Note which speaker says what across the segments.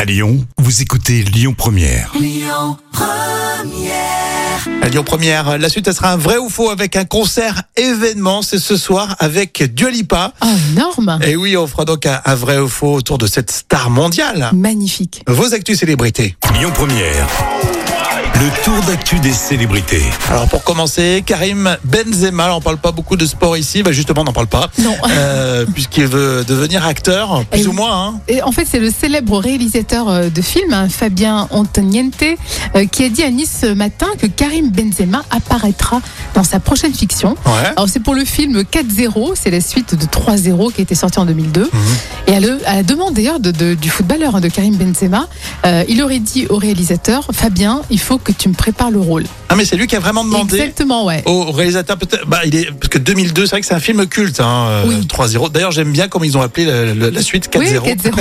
Speaker 1: À Lyon, vous écoutez Lyon Première.
Speaker 2: À Lyon Première, la suite, elle sera un vrai ou faux avec un concert événement. C'est ce soir avec Dualipa.
Speaker 3: Oh, énorme
Speaker 2: Et oui, on fera donc un, un vrai ou faux autour de cette star mondiale.
Speaker 3: Magnifique.
Speaker 2: Vos actus célébrités.
Speaker 1: Lyon Première. Le tour d'actu des célébrités.
Speaker 2: Alors pour commencer, Karim Benzema. Alors, on parle pas beaucoup de sport ici. Bah justement, on n'en parle pas.
Speaker 3: Non.
Speaker 2: Euh, Puisqu'il veut devenir acteur, plus
Speaker 3: Et
Speaker 2: ou
Speaker 3: oui.
Speaker 2: moins. hein.
Speaker 3: Et en fait, c'est le célèbre réalisateur euh, de films, hein, Fabien Antoniente, euh, qui a dit à Nice ce matin que Karim Benzema apparaîtra dans sa prochaine fiction.
Speaker 2: Ouais.
Speaker 3: Alors, c'est pour le film 4-0, c'est la suite de 3-0 qui était sorti en 2002.
Speaker 2: Mhm.
Speaker 3: Et à, le- à la demande d'ailleurs de- de- du footballeur hein, de Karim Benzema, euh, il aurait dit au réalisateur Fabien, il faut que tu me prépares le rôle.
Speaker 2: Ah mais c'est lui qui a vraiment demandé.
Speaker 3: Exactement, ouais.
Speaker 2: Au réalisateur, peut-être, bah, il est, parce que 2002, c'est vrai que c'est un film culte, hein, euh,
Speaker 3: Oui.
Speaker 2: 3-0. D'ailleurs, j'aime bien comme ils ont appelé la, la- la suite 4-0.
Speaker 3: Oui, 4-0.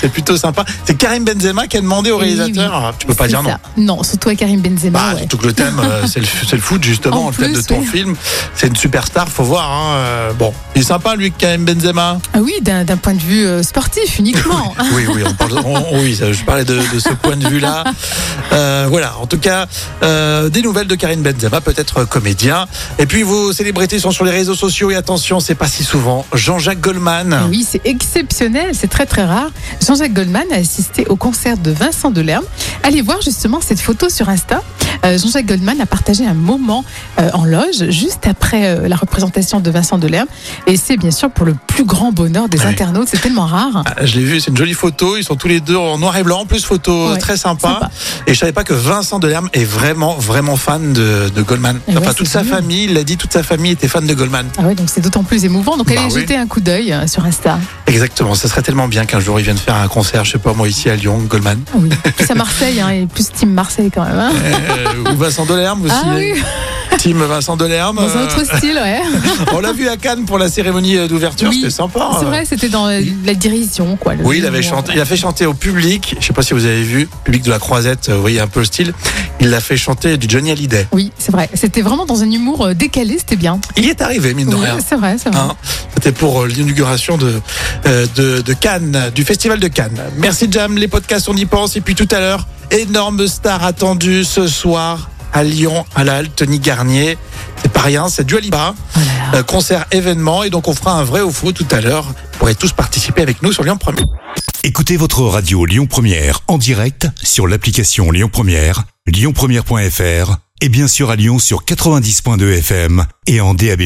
Speaker 2: C'est plutôt sympa. C'est Karim Benzema qui a demandé au
Speaker 3: Oui, oui.
Speaker 2: réalisateur. Ah, Tu peux pas
Speaker 3: C'est
Speaker 2: dire non.
Speaker 3: ça. Non, surtout à Karim Benzema.
Speaker 2: Bah,
Speaker 3: ouais.
Speaker 2: surtout que le thème, euh, c'est le, c'est le foot, justement,
Speaker 3: En
Speaker 2: le thème de
Speaker 3: plus,
Speaker 2: ton
Speaker 3: oui.
Speaker 2: film. C'est une superstar, faut voir. hein, euh, Bon, il est sympa, lui, Karim Benzema.
Speaker 3: Ah oui, d'un d'un point de vue euh, sportif uniquement.
Speaker 2: Oui, oui, on parle- on- oui ça, je parlais de, de ce point de vue-là. Euh, voilà, en tout cas, euh, des nouvelles de Karim Benzema, peut-être euh, comédien. Et puis, vos célébrités sont sur les réseaux sociaux et attention, c'est pas si souvent. Jean-Jacques Goldman.
Speaker 3: Oui, c'est exceptionnel, c'est très très rare. Jean-Jacques Goldman a assisté au concert de Vincent Delerme. Allez voir justement cette photo sur Insta. Euh, Jean-Jacques Goldman a partagé un moment euh, en loge juste après euh, la représentation de Vincent Delerme. Et c'est bien sûr pour le plus grand bonheur des
Speaker 2: Ouais.
Speaker 3: internautes, c'est tellement rare.
Speaker 2: Ah, Je l'ai vu, c'est une jolie photo. Ils sont tous les deux en noir et blanc. En plus, photo euh,
Speaker 3: Ouais,
Speaker 2: très sympa.
Speaker 3: sympa.
Speaker 2: Et je savais pas que Vincent Delerme est vraiment, vraiment fan de, de Goldman.
Speaker 3: Et
Speaker 2: Enfin,
Speaker 3: Eh ouais,
Speaker 2: toute
Speaker 3: c'est
Speaker 2: sa
Speaker 3: mignon.
Speaker 2: famille, il l'a dit, toute sa famille était fan de Goldman.
Speaker 3: Ah ouais, donc c'est d'autant plus émouvant. Donc
Speaker 2: Bah
Speaker 3: allez
Speaker 2: oui.
Speaker 3: jeter un coup d'œil euh, sur Insta.
Speaker 2: Exactement. Ça serait tellement bien qu'un jour, ils viennent faire un concert, je sais pas moi, ici à Lyon, Goldman.
Speaker 3: Ah Oui. Plus à Marseille, hein, et plus Team Marseille quand même. hein.
Speaker 2: Euh, ou Vincent Delerme aussi. hein.
Speaker 3: Ah oui,
Speaker 2: Team Vincent Delerme.
Speaker 3: dans un
Speaker 2: euh,
Speaker 3: autre style, ouais.
Speaker 2: On l'a vu à Cannes pour la cérémonie euh, d'ouverture,
Speaker 3: Oui,
Speaker 2: c'était sympa.
Speaker 3: C'est
Speaker 2: euh.
Speaker 3: vrai, c'était dans euh, la dérision, quoi. le
Speaker 2: Oui, il avait
Speaker 3: humour.
Speaker 2: chanté, il a fait chanter au public, je sais pas si vous avez vu, public de la Croisette, euh, vous voyez un peu le style, il l'a fait chanter du Johnny Hallyday.
Speaker 3: Oui, c'est vrai. C'était vraiment dans un humour euh, décalé, c'était bien.
Speaker 2: Il y est arrivé, mine de
Speaker 3: Oui,
Speaker 2: rien.
Speaker 3: c'est vrai, c'est vrai.
Speaker 2: hein. C'était pour euh, l'inauguration de, euh, de, de Cannes, du festival de Cannes. Merci Jam, les podcasts on y pense. Et puis tout à l'heure, énorme star attendue ce soir à Lyon, à la Halle, Tony Garnier. C'est pas rien, c'est du Aliba.
Speaker 3: Oh là là.
Speaker 2: Euh, concert événement et donc on fera un vrai ou faux tout à l'heure. Vous pourrez tous participer avec nous sur Lyon Premier.
Speaker 1: Écoutez votre radio Lyon Première en direct sur l'application Lyon Première, lyonpremière.fr et bien sûr à Lyon sur 90.2 FM et en DAB+.